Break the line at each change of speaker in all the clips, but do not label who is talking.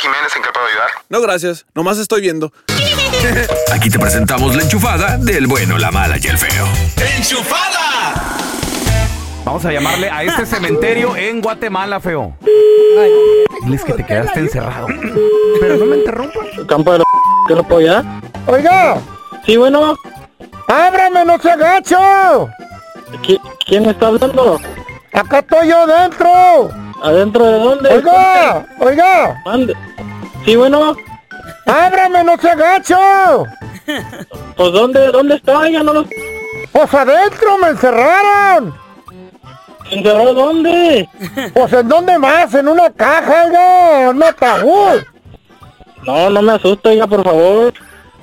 Jiménez, ¿en qué puedo ayudar?
No, gracias. Nomás estoy viendo.
Aquí te presentamos la enchufada del bueno, la mala y el feo.
Vamos a llamarle a este cementerio en Guatemala, feo. Diles que te quedaste encerrado. Pero no me interrumpas.
Campo de la ¿qué lo puedo ayudar?
Oiga,
Sí, bueno,
ábrame, no se agacho.
¿qui- ¿quién me está hablando?
Acá estoy yo dentro.
¿Adentro de dónde?
Oiga, oiga,
¿Dónde? Sí, bueno,
ábrame, no se agacho.
pues ¿dónde, dónde está? Ya no lo
Pues adentro me encerraron.
encerró, ¿dónde?
Pues en dónde más, en una caja, oiga, en un ataúd.
No, no me asusta, oiga, por favor.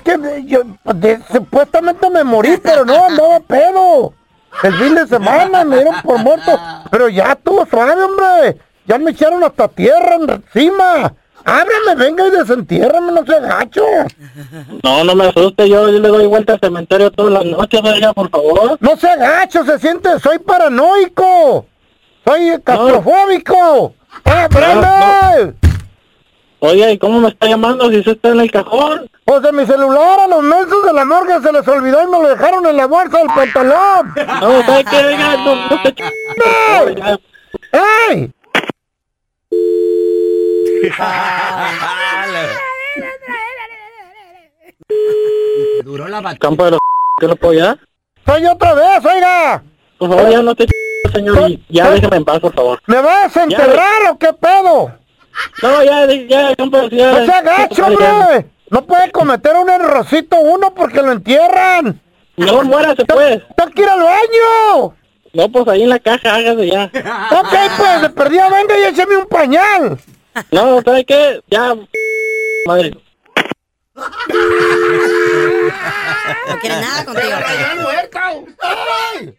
Que me- yo de- supuestamente me morí, pero no andaba pedo. El fin de semana me dieron por muerto, pero ya estuvo suave, hombre. Ya me echaron hasta tierra encima. Ábreme, venga y desentiérrame, no se gacho.
No, no me asuste, yo, yo le doy vuelta al cementerio todas las noches, oiga, por favor.
No se gacho, se siente, soy paranoico. Soy castrofóbico. Eh, ¡Ábreme!
Oiga, ¿y cómo me está llamando si usted está en el cajón?
Pues de mi celular a los mensos de la morgue se les olvidó y me lo dejaron en la bolsa del pantalón.
No, ¿sabe qué, oiga? No, no se ch- por favor, ya.
¡Ey!
Duró la batalla.
Campo de la ¿qué lo puedo ayudar?
¡Soy otra vez, oiga!
Por favor, ya no te ch- señor, y ya déjame en paz, por favor.
¿Me vas a desenterrar o qué pedo?
No, ya, ya, campo, ya.
¡No se agacho, hombre! No puede cometer un errorcito uno porque lo entierran.
No, muérase, pues.
¡Tengo que ir al baño!
No, pues ahí en la caja, hágase ya.
Ok, pues, de perdida venga y écheme un pañal.
No, ¿sabe qué? Ya, madre.
No quiere nada contigo.